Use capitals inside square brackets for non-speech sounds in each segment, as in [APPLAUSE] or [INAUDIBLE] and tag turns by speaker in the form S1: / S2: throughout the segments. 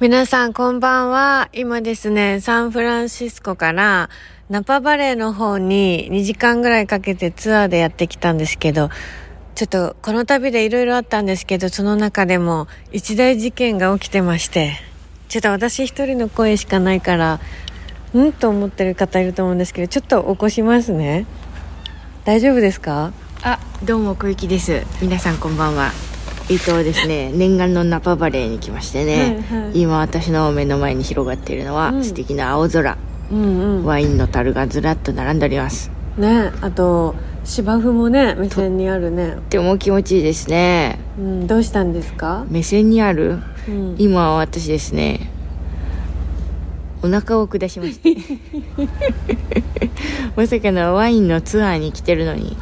S1: 皆さんこんばんは。今ですね、サンフランシスコからナパバレーの方に2時間ぐらいかけてツアーでやってきたんですけど、ちょっとこの旅でいろいろあったんですけど、その中でも一大事件が起きてまして、ちょっと私一人の声しかないから、んと思ってる方いると思うんですけど、ちょっと起こしますね。大丈夫ですか
S2: あ、どうも小雪です。皆さんこんばんは。えっとです [LAUGHS] ね、念願のナパバレーに来ましてね、はいはい、今私の目の前に広がっているのは、うん、素敵な青空、うんうん、ワインの樽がずらっと並んでおります
S1: ねあと芝生もね目線にあるね
S2: とても気持ちいいですね、
S1: うん、どうしたんですか
S2: 目線にある、うん、今私ですねお腹を下しまして [LAUGHS] まさかのワインのツアーに来てるのに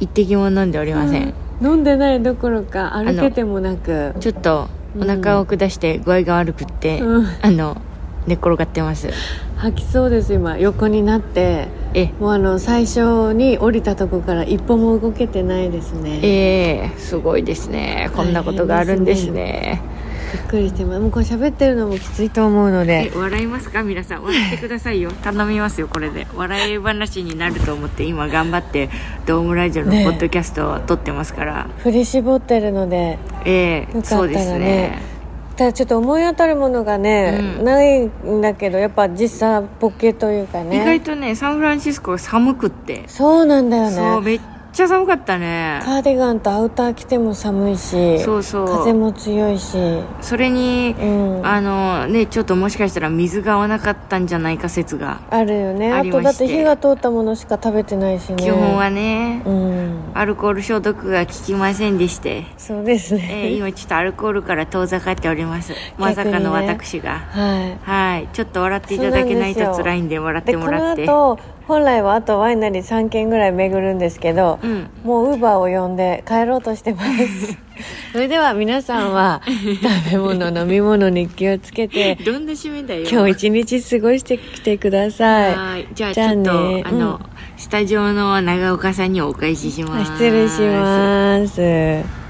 S2: 一滴も飲んでおりません、うん
S1: 飲んでないどころか歩けてもなく
S2: ちょっとお腹を下して具合が悪くって、うん、あの寝転がってます
S1: 吐きそうです今横になってえもうあの最初に降りたとこから一歩も動けてないですね
S2: ええー、すごいですねこんなことがあるんですね、
S1: ね、びっくりしてますもうこれ喋ってるのもきついと思うので
S2: 笑いますか皆さん笑ってくださいよ頼みますよこれで笑い話になると思って今頑張ってドームラジオのポッドキャストを撮ってますから、ね、
S1: 振り絞ってるので
S2: ええーね、そうですね
S1: ただちょっと思い当たるものがね、うん、ないんだけどやっぱ実際ボケというかね
S2: 意外とねサンフランシスコ寒くって
S1: そうなんだよね
S2: そうめっちゃ寒かったね
S1: カーディガンとアウター着ても寒いし
S2: そうそう
S1: 風も強いし
S2: それに、うん、あのねちょっともしかしたら水が合わなかったんじゃないか説が
S1: あるよねあとだって火が通ったものしか食べてないしね
S2: 基本はね、うん、アルコール消毒が効きませんでして
S1: そうですね、
S2: えー、今ちょっとアルコールから遠ざかっております、ね、まさかの私が、、
S1: はい
S2: はいちょっと笑っていただけないと辛いんで笑ってもらって
S1: 本来はあとワイナリー3軒ぐらい巡るんですけど、うん、もうウーバーを呼んで帰ろうとしてます [LAUGHS] それでは皆さん [LAUGHS] は食べ物飲み物に気をつけて
S2: どんな締めだよ
S1: 今日一日過ごしてきてください
S2: はいじゃあちょっと、ね、あの、うん、スタジオの長岡さんにお返しします
S1: 失礼します